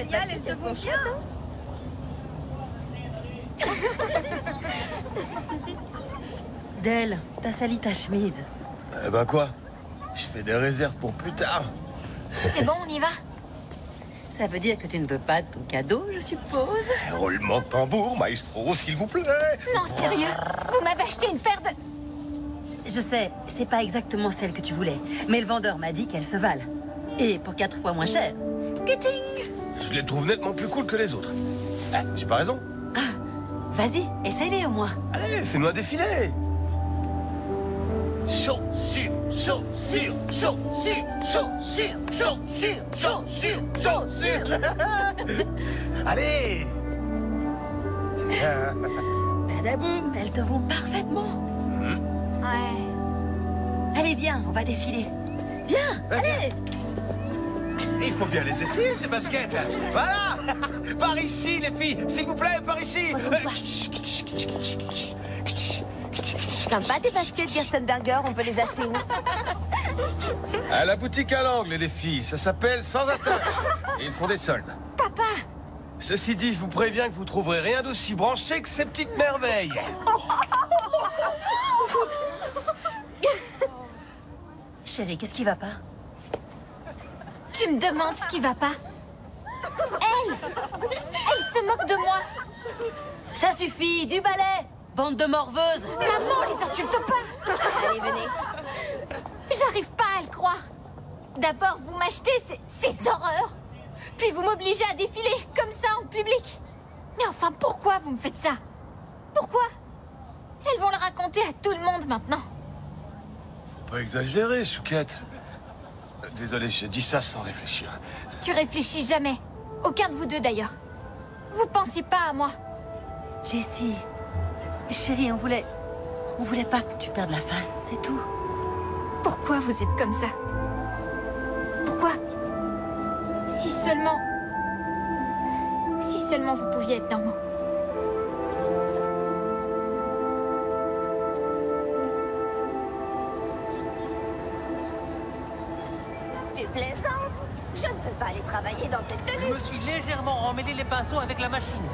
royale, elle te vont bien. Del, t'as sali ta chemise. Eh ben quoi Je fais des réserves pour plus tard. C'est bon, on y va Ça veut dire que tu ne veux pas de ton cadeau, je suppose Roulement de tambour, maestro, s'il vous plaît. Non, sérieux Vous m'avez acheté une paire de... Je sais, c'est pas exactement celle que tu voulais, mais le vendeur m'a dit qu'elles se valent. Et pour quatre fois moins cher. Kitching Je les trouve nettement plus cool que les autres. Eh, j'ai pas raison. Vas-y, essaye-les au moins. Allez, fais-nous un défilé. Chaussures, chaussures, chaussures, chaussures, chaussures, chaussures, chaussures. Allez Badaboum, Bah, elles te vont parfaitement. Ouais. Allez, viens, on va défiler. Viens, allez Il faut bien les essayer, ces baskets. Voilà Par ici, les filles S'il vous plaît, par ici Sympa tes baskets, Gerstenberger, on peut les acheter où À la boutique à l'angle, les filles. Ça s'appelle Sans attache. Et ils font des soldes. Papa Ceci dit, je vous préviens que vous trouverez rien d'aussi branché que ces petites merveilles. Chérie, qu'est-ce qui va pas Tu me demandes ce qui va pas Elle Elle se moque de moi Ça suffit, du balai Bande de morveuses Maman, les insulte pas Allez, venez. J'arrive pas à le croire D'abord, vous m'achetez ces, ces horreurs Puis vous m'obligez à défiler, comme ça, en public Mais enfin, pourquoi vous me faites ça Pourquoi Elles vont le raconter à tout le monde maintenant Pas exagéré, Chouquette. Euh, Désolé, j'ai dit ça sans réfléchir. Tu réfléchis jamais. Aucun de vous deux d'ailleurs. Vous pensez pas à moi. Jessie, chérie, on voulait... On voulait pas que tu perdes la face, c'est tout. Pourquoi vous êtes comme ça Pourquoi Si seulement... Si seulement vous pouviez être normaux. Tu plaisantes Je ne peux pas aller travailler dans cette tenue. Je me suis légèrement emmêlé les pinceaux avec la machine.